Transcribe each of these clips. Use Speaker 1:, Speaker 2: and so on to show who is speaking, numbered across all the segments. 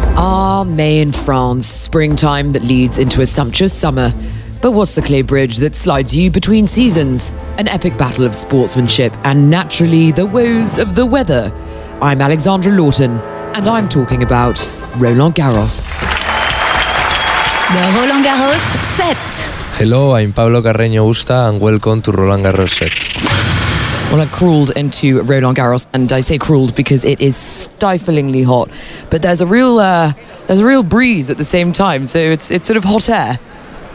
Speaker 1: calm May in France, springtime that leads into a sumptuous summer. But what's the clay bridge that slides you between seasons? An epic battle of sportsmanship and naturally the woes of the weather. I'm Alexandra Lawton, and I'm talking about Roland Garros.
Speaker 2: The Roland Garros set.
Speaker 3: Hello, I'm Pablo Carreño Usta, and welcome to Roland Garros set.
Speaker 1: Well, I've crawled into Roland Garros, and I say crawled because it is stiflingly hot. But there's a real uh, there's a real breeze at the same time, so it's it's sort of hot air.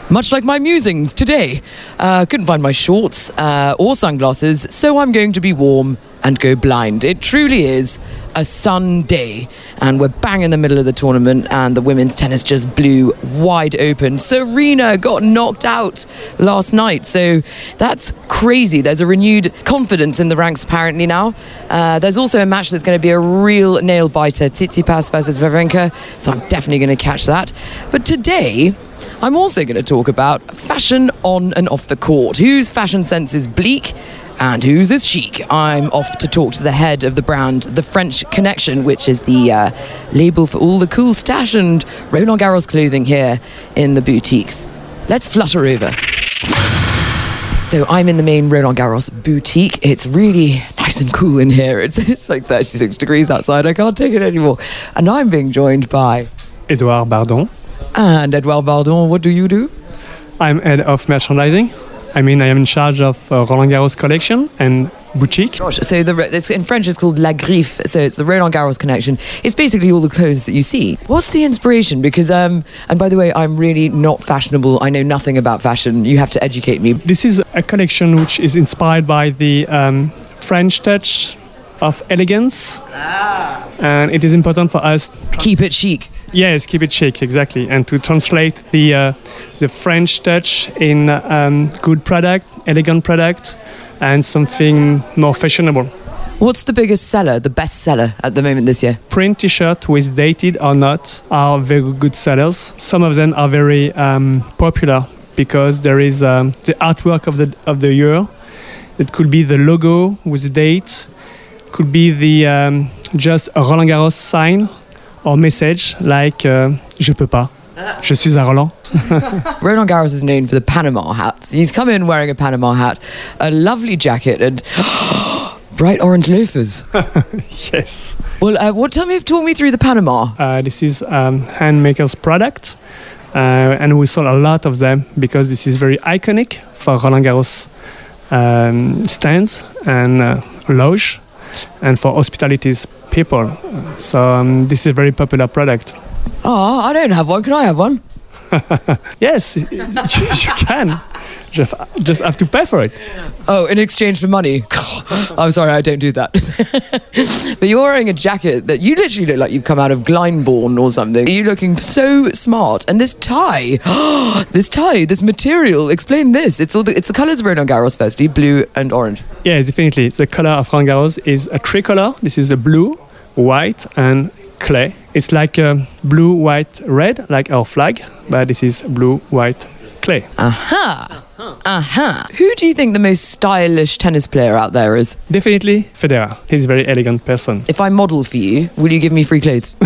Speaker 1: Much like my musings today, uh, couldn't find my shorts uh, or sunglasses, so I'm going to be warm and go blind. It truly is a sun day, and we're bang in the middle of the tournament, and the women's tennis just blew wide open. Serena got knocked out last night, so that's crazy. There's a renewed confidence in the ranks apparently now. Uh, there's also a match that's going to be a real nail biter: Tsitsipas versus Vavrinka. So I'm definitely going to catch that. But today. I'm also going to talk about fashion on and off the court. Whose fashion sense is bleak and who's is chic? I'm off to talk to the head of the brand, The French Connection, which is the uh, label for all the cool stash and Roland Garros clothing here in the boutiques. Let's flutter over. So I'm in the main Roland Garros boutique. It's really nice and cool in here. It's, it's like 36 degrees outside. I can't take it anymore. And I'm being joined by.
Speaker 4: Edouard Bardon.
Speaker 1: And Edouard Bardon, what do you do?
Speaker 4: I'm head of merchandising. I mean, I am in charge of uh, Roland Garros collection and boutique.
Speaker 1: So the it's, in French it's called La Griffe. So it's the Roland Garros connection. It's basically all the clothes that you see. What's the inspiration? Because um, and by the way, I'm really not fashionable. I know nothing about fashion. You have to educate me.
Speaker 4: This is a collection which is inspired by the um, French touch of elegance, and it is important for us.
Speaker 1: Keep it chic.
Speaker 4: Yes, keep it chic, exactly, and to translate the uh, the French touch in um, good product, elegant product, and something more fashionable.
Speaker 1: What's the biggest seller, the best seller at the moment this year?
Speaker 4: Print T-shirt with dated or not are very good sellers. Some of them are very um, popular because there is um, the artwork of the of the year. It could be the logo with the date, could be the um, just a Roland Garros sign or message like uh, "Je peux pas." Je suis à Roland.
Speaker 1: Roland Garros is known for the Panama hats. He's come in wearing a Panama hat, a lovely jacket, and bright orange loafers.
Speaker 4: yes.
Speaker 1: Well, uh, what? Tell me, talk me through the Panama.
Speaker 4: Uh, this is um, handmaker's product, uh, and we sold a lot of them because this is very iconic for Roland Garros um, stands and uh, loge, and for hospitalities people. So um, this is a very popular product.
Speaker 1: Oh, I don't have one. Can I have one?
Speaker 4: yes, you, you can. Just, just have to pay for it.
Speaker 1: Oh, in exchange for money. I'm sorry, I don't do that. but you're wearing a jacket that you literally look like you've come out of Glyndebourne or something. You're looking so smart. And this tie, this tie, this material. Explain this. It's all the it's the colours of Roland Garros, firstly, blue and orange.
Speaker 4: Yes, definitely. The color of Roland Garros is a tricolor. This is the blue, white, and clay. It's like um, blue, white, red, like our flag, but this is blue, white, clay.
Speaker 1: Aha. Aha. Who do you think the most stylish tennis player out there is?
Speaker 4: Definitely Federer. He's a very elegant person.
Speaker 1: If I model for you, will you give me free clothes?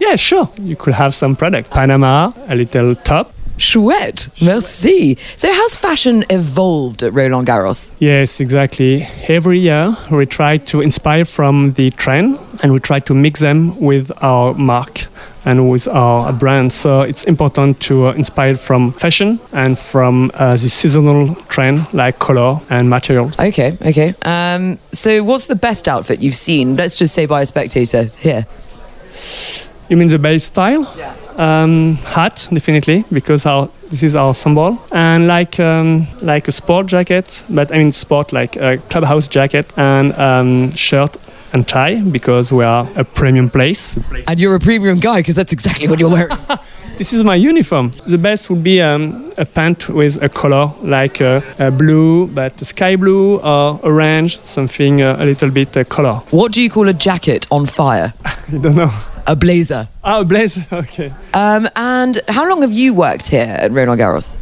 Speaker 4: Yeah, sure. You could have some product. Panama, a little top.
Speaker 1: Chouette. Merci. So how's fashion evolved at Roland Garros?
Speaker 4: Yes, exactly. Every year we try to inspire from the trend and we try to mix them with our mark and with our brand. So it's important to uh, inspire from fashion and from uh, the seasonal trend like color and materials.
Speaker 1: Okay, okay. Um, so what's the best outfit you've seen? Let's just say by a spectator here.
Speaker 4: You mean the base style?
Speaker 1: Yeah.
Speaker 4: Um, hat, definitely, because our this is our symbol. And like um, like a sport jacket, but I mean sport like a clubhouse jacket and um, shirt and tie because we are a premium place.
Speaker 1: And you're a premium guy because that's exactly what you're wearing.
Speaker 4: This is my uniform. The best would be um, a pant with a color like uh, a blue, but sky blue or orange, something uh, a little bit uh, color.
Speaker 1: what do you call a jacket on fire?
Speaker 4: I don't know.
Speaker 1: A blazer.
Speaker 4: Oh, blazer. Okay.
Speaker 1: Um, and how long have you worked here at Roland Garros?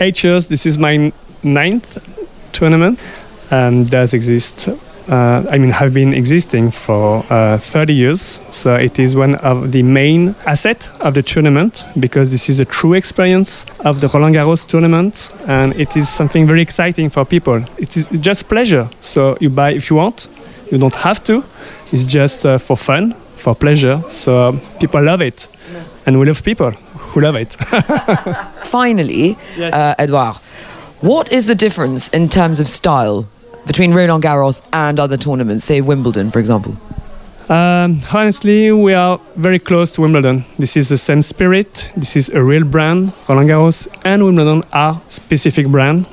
Speaker 4: Eight years. This is my ninth tournament. Um, does exist uh, I mean, have been existing for uh, 30 years. So it is one of the main asset of the tournament because this is a true experience of the Roland Garros tournament, and it is something very exciting for people. It is just pleasure. So you buy if you want, you don't have to. It's just uh, for fun, for pleasure. So people love it, and we love people who love it.
Speaker 1: Finally,
Speaker 4: Yes.
Speaker 1: uh, Edouard, what is the difference in terms of style between Roland Garros and other tournaments, say Wimbledon, for example?
Speaker 4: Um, honestly, we are very close to Wimbledon. This is the same spirit. This is a real brand. Roland Garros and Wimbledon are specific brand.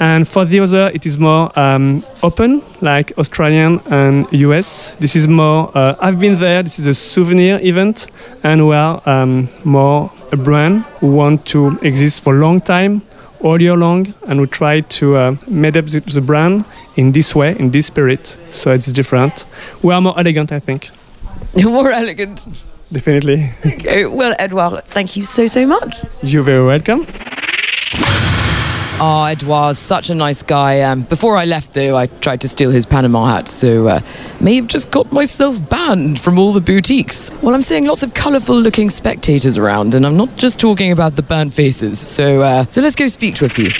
Speaker 4: And for the other, it is more um, open, like Australian and US. This is more. Uh, I've been there. This is a souvenir event, and we are um, more a brand who want to exist for a long time, all year long, and we try to uh, made up the, the brand in this way, in this spirit. So it's different. We are more elegant, I think.
Speaker 1: More elegant.
Speaker 4: Definitely.
Speaker 1: Okay, well, Edouard, thank you so, so much.
Speaker 4: You're very welcome.
Speaker 1: Oh, Edouard's such a nice guy. Um, before I left, though, I tried to steal his Panama hat, so uh, may have just got myself banned from all the boutiques. Well, I'm seeing lots of colourful looking spectators around, and I'm not just talking about the burnt faces, so, uh, so let's go speak to a few.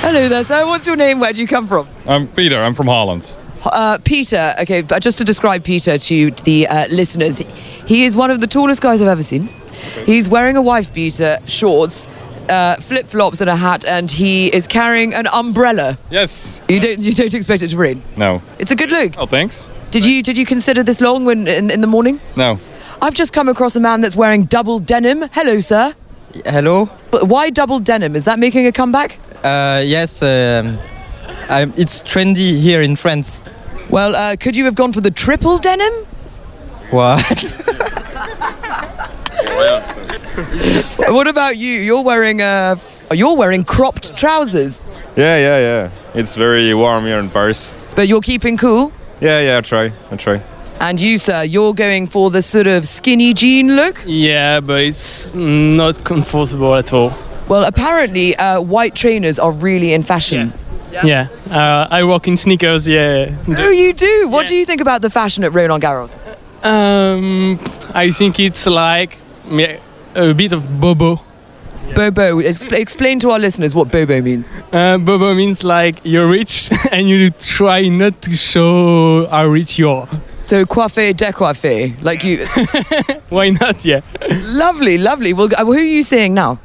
Speaker 1: Hello there, sir. What's your name? Where do you come from?
Speaker 5: I'm Peter. I'm from Holland.
Speaker 1: Uh, Peter, okay, but just to describe Peter to the uh, listeners, he is one of the tallest guys I've ever seen. He's wearing a wife beater, shorts, uh, flip flops, and a hat, and he is carrying an umbrella.
Speaker 5: Yes.
Speaker 1: You don't, you don't expect it to rain.
Speaker 5: No.
Speaker 1: It's a good look.
Speaker 5: Oh, thanks.
Speaker 1: Did you, did you consider this long when in, in the morning?
Speaker 5: No.
Speaker 1: I've just come across a man that's wearing double denim. Hello, sir.
Speaker 6: Hello.
Speaker 1: But Why double denim? Is that making a comeback?
Speaker 6: Uh, yes, um, I'm, it's trendy here in France.
Speaker 1: Well, uh, could you have gone for the triple denim?
Speaker 6: What?
Speaker 1: what about you? You're wearing uh, you're wearing cropped trousers,
Speaker 7: Yeah, yeah, yeah. It's very warm here in Paris.
Speaker 1: but you're keeping cool.
Speaker 7: Yeah, yeah, I try. I try.
Speaker 1: And you, sir, you're going for the sort of skinny jean look.
Speaker 8: Yeah, but it's not comfortable at all.
Speaker 1: Well, apparently, uh, white trainers are really in fashion.
Speaker 8: Yeah, Uh, I walk in sneakers. Yeah,
Speaker 1: Oh, you do. What
Speaker 8: Yeah.
Speaker 1: do you think about the fashion at Roland Garros?
Speaker 8: um, I think it's like yeah, a bit of bobo.
Speaker 1: Bobo, ex- explain to our listeners what bobo means.
Speaker 8: Uh, bobo means like you're rich and you try not to show how rich you are.
Speaker 1: So coiffé, décoiffé, like you.
Speaker 8: Why not? Yeah,
Speaker 1: lovely, lovely. Well, uh, who are you seeing now?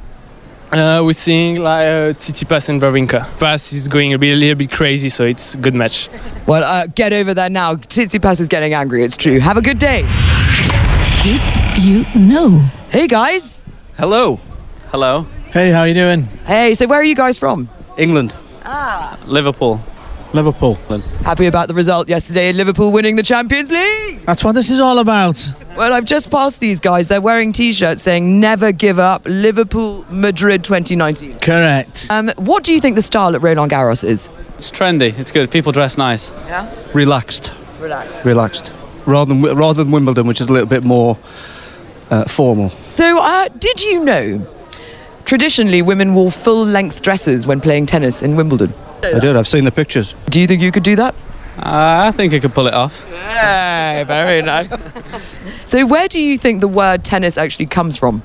Speaker 8: uh, we're seeing like uh, Tsitsipas and Vavinka. Pass is going a, bit, a little bit crazy, so it's a good match.
Speaker 1: Well, uh, get over there now. Tsitsipas is getting angry. It's true. Have a good day.
Speaker 2: Did you know?
Speaker 1: Hey guys.
Speaker 9: Hello. Hello.
Speaker 10: Hey, how you doing?
Speaker 1: Hey. So where are you guys from? Ah.
Speaker 9: England.
Speaker 8: Liverpool.
Speaker 10: Liverpool.
Speaker 1: Happy about the result yesterday, Liverpool winning the Champions League.
Speaker 10: That's what this is all about.
Speaker 1: Well, I've just passed these guys. They're wearing t-shirts saying "Never give up, Liverpool Madrid 2019."
Speaker 10: Correct.
Speaker 1: Um, what do you think the style at Roland Garros is?
Speaker 9: It's trendy. It's good. People dress nice.
Speaker 1: Yeah.
Speaker 9: Relaxed.
Speaker 1: Relax.
Speaker 9: Relaxed. Rather than Wi- rather than Wimbledon, which is a little bit more uh, formal.
Speaker 1: So, uh, did you know? Traditionally, women wore full-length dresses when playing tennis in Wimbledon.
Speaker 9: I did. I've seen the pictures.
Speaker 1: Do you think you could do that?
Speaker 9: Uh, I think I could pull it off.
Speaker 1: Hey, very nice. so, where do you think the word tennis actually comes from?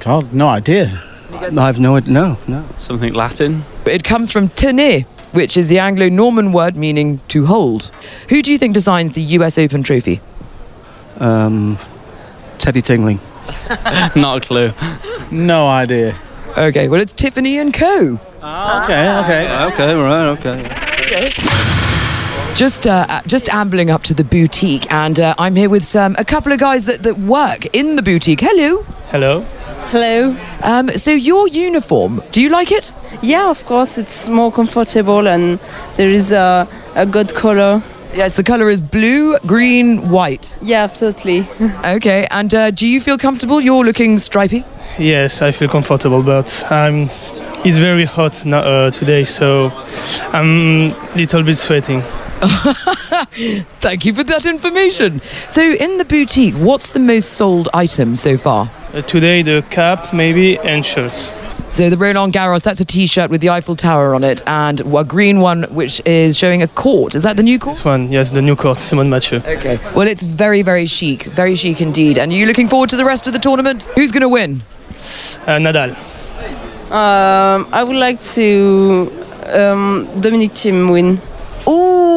Speaker 10: God, no idea.
Speaker 9: I've no idea. No, no. Something Latin.
Speaker 1: It comes from tenir, which is the Anglo Norman word meaning to hold. Who do you think designs the US Open trophy?
Speaker 9: Um, Teddy Tingling.
Speaker 8: not a clue.
Speaker 10: No idea.
Speaker 1: Okay, well, it's Tiffany and Co.
Speaker 10: Okay, okay.
Speaker 9: Okay. Right. Okay.
Speaker 1: Just, uh, uh, just ambling up to the boutique, and uh, I'm here with some, a couple of guys that, that work in the boutique. Hello.
Speaker 8: Hello.
Speaker 11: Hello.
Speaker 1: Um, so, your uniform, do you like it?
Speaker 11: Yeah, of course, it's more comfortable and there is a, a good color.
Speaker 1: Yes, the colour is blue, green, white.
Speaker 11: Yeah, totally.
Speaker 1: Okay, and uh, do you feel comfortable? You're looking stripy.
Speaker 12: Yes, I feel comfortable, but I'm. It's very hot now, uh, today, so um, I'm a little bit sweating.
Speaker 1: Thank you for that information. So, in the boutique, what's the most sold item so far?
Speaker 12: Uh, today, the cap maybe and shirts.
Speaker 1: So the Roland Garros, that's a T-shirt with the Eiffel Tower on it, and a green one which is showing a court. Is that the new court?
Speaker 12: This one, yes, the new court, Simon Mathieu.
Speaker 1: Okay. Well, it's very, very chic, very chic indeed. And are you looking forward to the rest of the tournament? Who's going to win?
Speaker 12: Uh, Nadal.
Speaker 11: Um, I would like to um, Dominic Thiem win.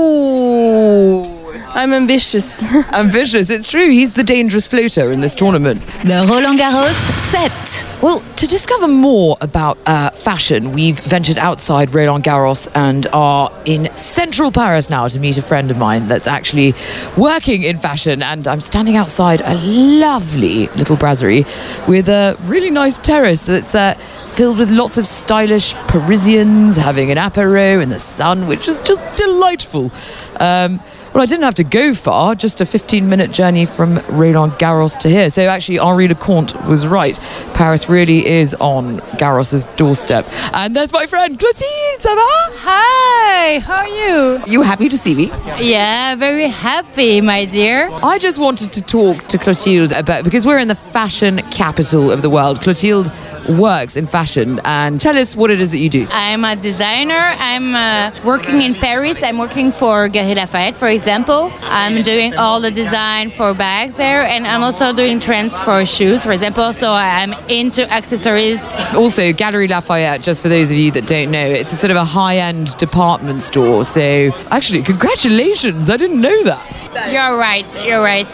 Speaker 1: Ooh!
Speaker 11: I'm ambitious.
Speaker 1: ambitious, it's true. He's the dangerous floater in this tournament.
Speaker 2: The Roland Garros set.
Speaker 1: Well, to discover more about uh, fashion, we've ventured outside Roland Garros and are in central Paris now to meet a friend of mine that's actually working in fashion. And I'm standing outside a lovely little brasserie with a really nice terrace that's uh, filled with lots of stylish Parisians having an apéro in the sun, which is just delightful. Um, well, I didn't have to go far, just a 15 minute journey from Roland Garros to here. So actually, Henri Leconte was right. Paris really is on Garros's doorstep. And there's my friend Clotilde, ça va?
Speaker 5: Hi, how are you?
Speaker 1: You happy to see me?
Speaker 5: Yeah, very happy, my dear.
Speaker 1: I just wanted to talk to Clotilde about, because we're in the fashion capital of the world. Clotilde works in fashion and tell us what it is that you do.
Speaker 5: I'm a designer. I'm uh, working in Paris. I'm working for Galeries Lafayette, for example. I'm doing all the design for bags there, and I'm also doing trends for shoes, for example. So I'm into accessories.
Speaker 1: Also, Galerie Lafayette, just for those of you that don't know, it's a sort of a high-end department store. So actually, congratulations! I didn't know that.
Speaker 5: You're right. You're right.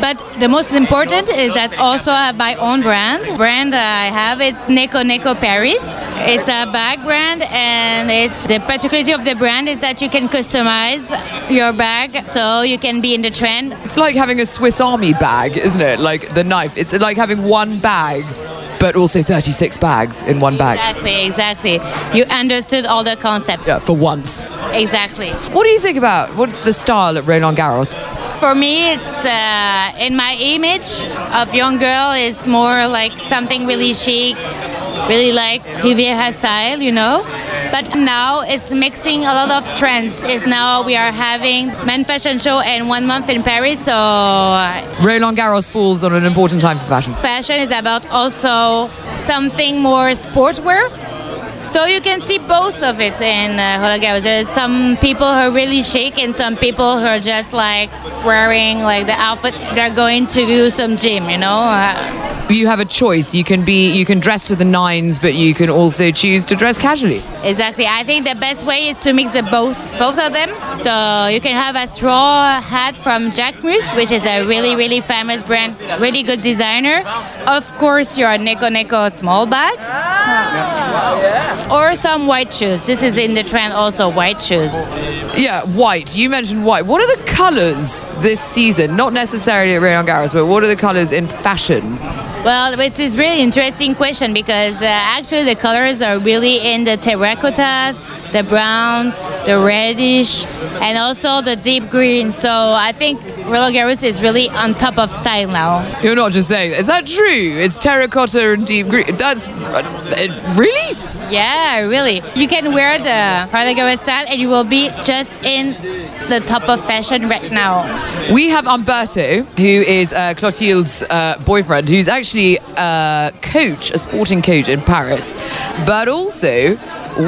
Speaker 5: But the most important is that also I have my own brand. Brand I have it's Neko Neko Paris. It's a bag brand, and it's the particularity of the brand is that you can customize your bag, so you can be in the trend.
Speaker 1: It's like having a Swiss Army bag, isn't it? Like the knife. It's like having one bag, but also 36 bags in one bag.
Speaker 5: Exactly. Exactly. You understood all the concepts.
Speaker 1: Yeah, for once.
Speaker 5: Exactly.
Speaker 1: What do you think about what the style at Roland Garros?
Speaker 5: For me, it's uh, in my image of young girl. It's more like something really chic, really like Riviera style, you know. But now it's mixing a lot of trends. It's now we are having men fashion show and one month in Paris, so uh,
Speaker 1: Roland Garros falls on an important time for fashion.
Speaker 5: fashion is about also something more sportwear. So you can see both of it in uh, Roland Garros. There's some people who are really chic and some people who are just like wearing like the outfit. They're going to do some gym, you know. Uh,
Speaker 1: You have a choice. You can be you can dress to the nines, but you can also choose to dress casually.
Speaker 5: Exactly. I think the best way is to mix the both both of them. So you can have a straw hat from Jacquemus, which is a really really famous brand, really good designer. Of course, your Neko Neko small bag, or some white shoes. This is in the trend also white shoes.
Speaker 1: Yeah, white. You mentioned white. What are the colours this season? Not necessarily at Roland Garros, but what are the colours in fashion?
Speaker 5: Well, it's a really interesting question because uh, actually the colors are really in the terracottas, the browns, the reddish, and also the deep green. So I think Roland Garros is really on top of style now.
Speaker 1: You're not just saying that. Is that true? It's terracotta and deep green. That's uh, it- really.
Speaker 5: Yeah, really. You can wear the Roland Garros style and you will be just in the top of fashion right now.
Speaker 1: We have Umberto, who is uh, Clotilde's uh, boyfriend, who's actually a coach, a sporting coach in Paris, but also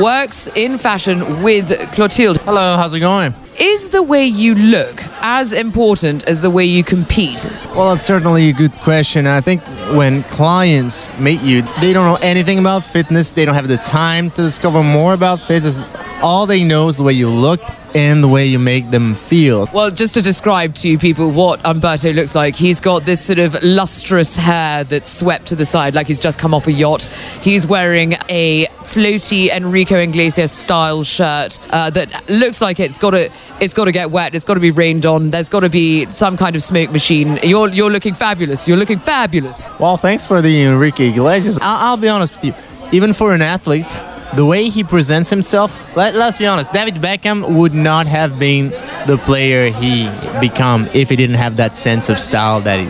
Speaker 1: works in fashion with Clotilde.
Speaker 13: Hello, how's it going?
Speaker 1: Is the way you look as important as the way you compete?
Speaker 13: Well, that's certainly a good question. I think when clients meet you, they don't know anything about fitness. They don't have the time to discover more about fitness. All they know is the way you look and the way you make them feel.
Speaker 1: Well, just to describe to people what Umberto looks like, he's got this sort of lustrous hair that's swept to the side like he's just come off a yacht. He's wearing a floaty Enrico Iglesias style shirt uh, that looks like it's got to it's got to get wet. It's got to be rained on. There's got to be some kind of smoke machine. You're you're looking fabulous. You're looking fabulous.
Speaker 13: Well, thanks for the Enrique Iglesias. I- I'll be honest with you, even for an athlete, the way he presents himself, let- let's be honest, David Beckham would not have been the player he become if he didn't have that sense of style that he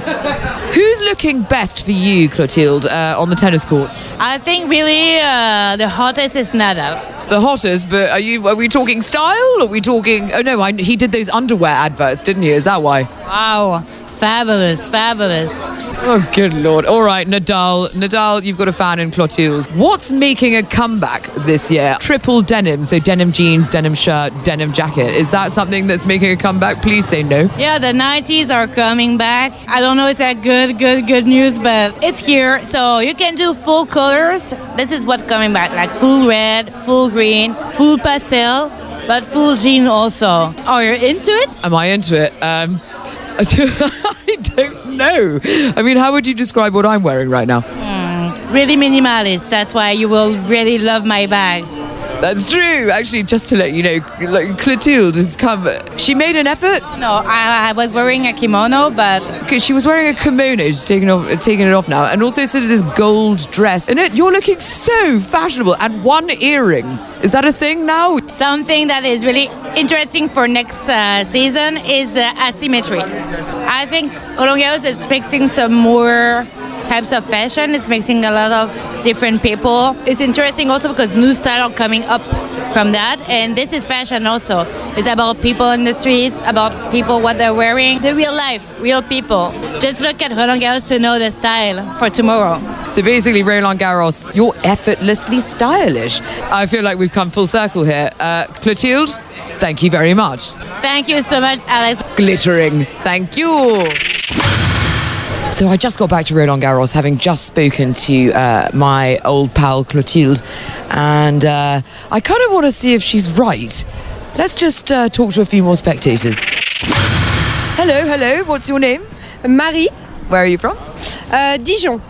Speaker 1: Who's looking best for you, Clotilde, uh, on the tennis court?
Speaker 5: I think really uh, the hottest is Nadal.
Speaker 1: The hottest, but are you? Are we talking style? Are we talking? Oh no, I, he did those underwear adverts, didn't he? Is that why?
Speaker 5: Wow, fabulous, fabulous.
Speaker 1: Oh, good lord. All right, Nadal. Nadal, you've got a fan in Clotilde. What's making a comeback this year? Triple denim. So, denim jeans, denim shirt, denim jacket. Is that something that's making a comeback? Please say no.
Speaker 5: Yeah, the 90s are coming back. I don't know if that good, good, good news, but it's here. So you can do full colors. This is what's coming back, like full red, full green, full pastel, but full jean also. Are you into it?
Speaker 1: Am I into it? Um, I don't know. I mean, how would you describe what I'm wearing right now?
Speaker 5: Really minimalist. That's why you will really love my bags.
Speaker 1: That's true. Actually, just to let you know, like, Clotilde has come. She made an effort.
Speaker 5: No, I, I was wearing a kimono, but
Speaker 1: Okay, she was wearing a kimono. She's taking off, uh, taking it off now, and also sort of this gold dress in it. You're looking so fashionable, and one earring. Is that a thing now?
Speaker 5: Something that is really interesting for next uh, season is the asymmetry. I think Roland Garros is mixing some more types of fashion. It's mixing a lot of different people. It's interesting also because new style are coming up from that, and this is fashion also. It's about people in the streets, about people what they're wearing, the real life, real people. Just look at Roland Garros to know the style for tomorrow.
Speaker 1: So basically, Roland Garros, you're effortlessly stylish. I feel like we've come full circle here. Uh, Clotilde, thank you very much.
Speaker 5: Thank you so much, Alex.
Speaker 1: Glittering. Thank you. So I just got back to Roland Garros, having just spoken to uh, my old pal Clotilde, and uh, I kind of want to see if she's right. Let's just uh, talk to a few more spectators. Hello, hello. What's your name?
Speaker 14: Marie.
Speaker 1: Where are you from?
Speaker 14: Uh, Dijon.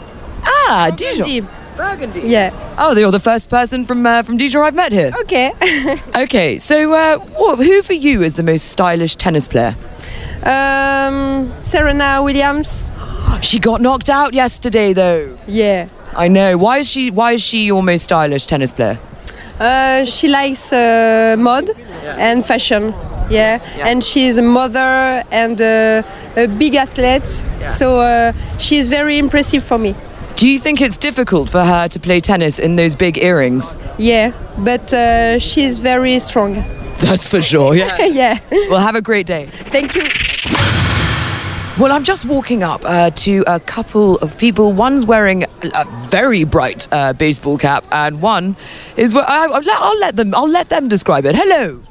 Speaker 1: Ah, Dijon.
Speaker 14: Burgundy. Yeah.
Speaker 1: Oh, you're the first person from uh, from Dijon I've met here.
Speaker 14: Okay.
Speaker 1: Okay, so uh, what, who for you is the most stylish tennis player?
Speaker 14: um, Serena Williams.
Speaker 1: She got knocked out yesterday, though.
Speaker 14: Yeah.
Speaker 1: I know. Why is she? Why is she your most stylish tennis player?
Speaker 14: Uh, she likes uh, mode and fashion. Yeah. And she is a mother and uh, a big athlete. So uh, she is very impressive for me.
Speaker 1: Do you think it's difficult for her to play tennis in those big earrings?
Speaker 14: Yeah. But uh, she is very strong.
Speaker 1: That's for sure. Yeah.
Speaker 14: yeah.
Speaker 1: Well, have a great day.
Speaker 14: Thank you.
Speaker 1: Well, I'm just walking up uh, to a couple of people. One's wearing a- a very bright uh, baseball cap, and one is. we- I, I'll, let, I'll let them. I'll let them describe it. Hello.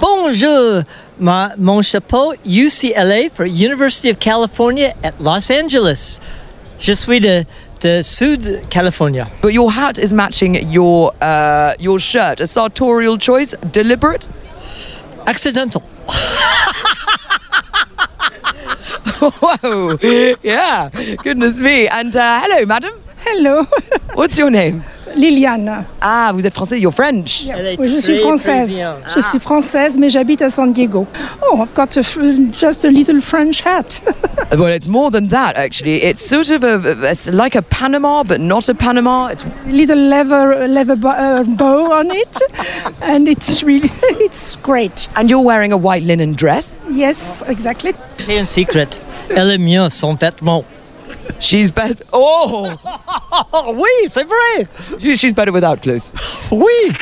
Speaker 15: Bonjour. My, mon chapeau UCLA for University of California at Los Angeles. Je suis de, de Sud California.
Speaker 1: But your hat is matching your uh, your shirt. A sartorial choice, deliberate,
Speaker 15: accidental.
Speaker 1: Whoa! Yeah, goodness me. And uh, hello, madam.
Speaker 16: Hello.
Speaker 1: What's your name?
Speaker 16: Liliane.
Speaker 1: Ah, vous êtes français. You're French.
Speaker 16: Oui, je suis française. Je suis française, mais j'habite à San Diego. Oh, I've got a fr- just a little French hat.
Speaker 1: Uh, Well, it's more than that, actually. It's sort of a, it's like a Panama, but not a Panama. It's
Speaker 16: little leather leather bo- uh, bow on it, and it's really it's great.
Speaker 1: And you're wearing a white linen dress.
Speaker 16: Yes, exactly.
Speaker 15: J'ai un secret. Elle aime mieux son vêtement.
Speaker 1: She's better. Oh!
Speaker 15: oui, c'est vrai!
Speaker 1: She- She's better without clothes.
Speaker 15: Oui!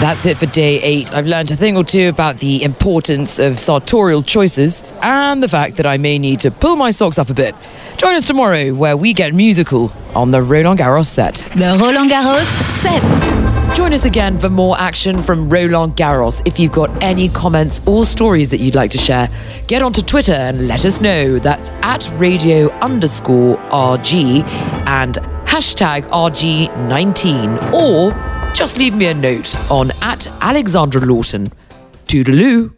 Speaker 1: That's it for day eight. I've learned a thing or two about the importance of sartorial choices and the fact that I may need to pull my socks up a bit. Join us tomorrow where we get musical on the Roland Garros set.
Speaker 2: The Roland Garros set.
Speaker 1: Join us again for more action from Roland Garros. If you've got any comments or stories that you'd like to share, get onto Twitter and let us know. That's at radio underscore RG and hashtag RG19. Or just leave me a note on at Alexandra Lawton. Toodaloo.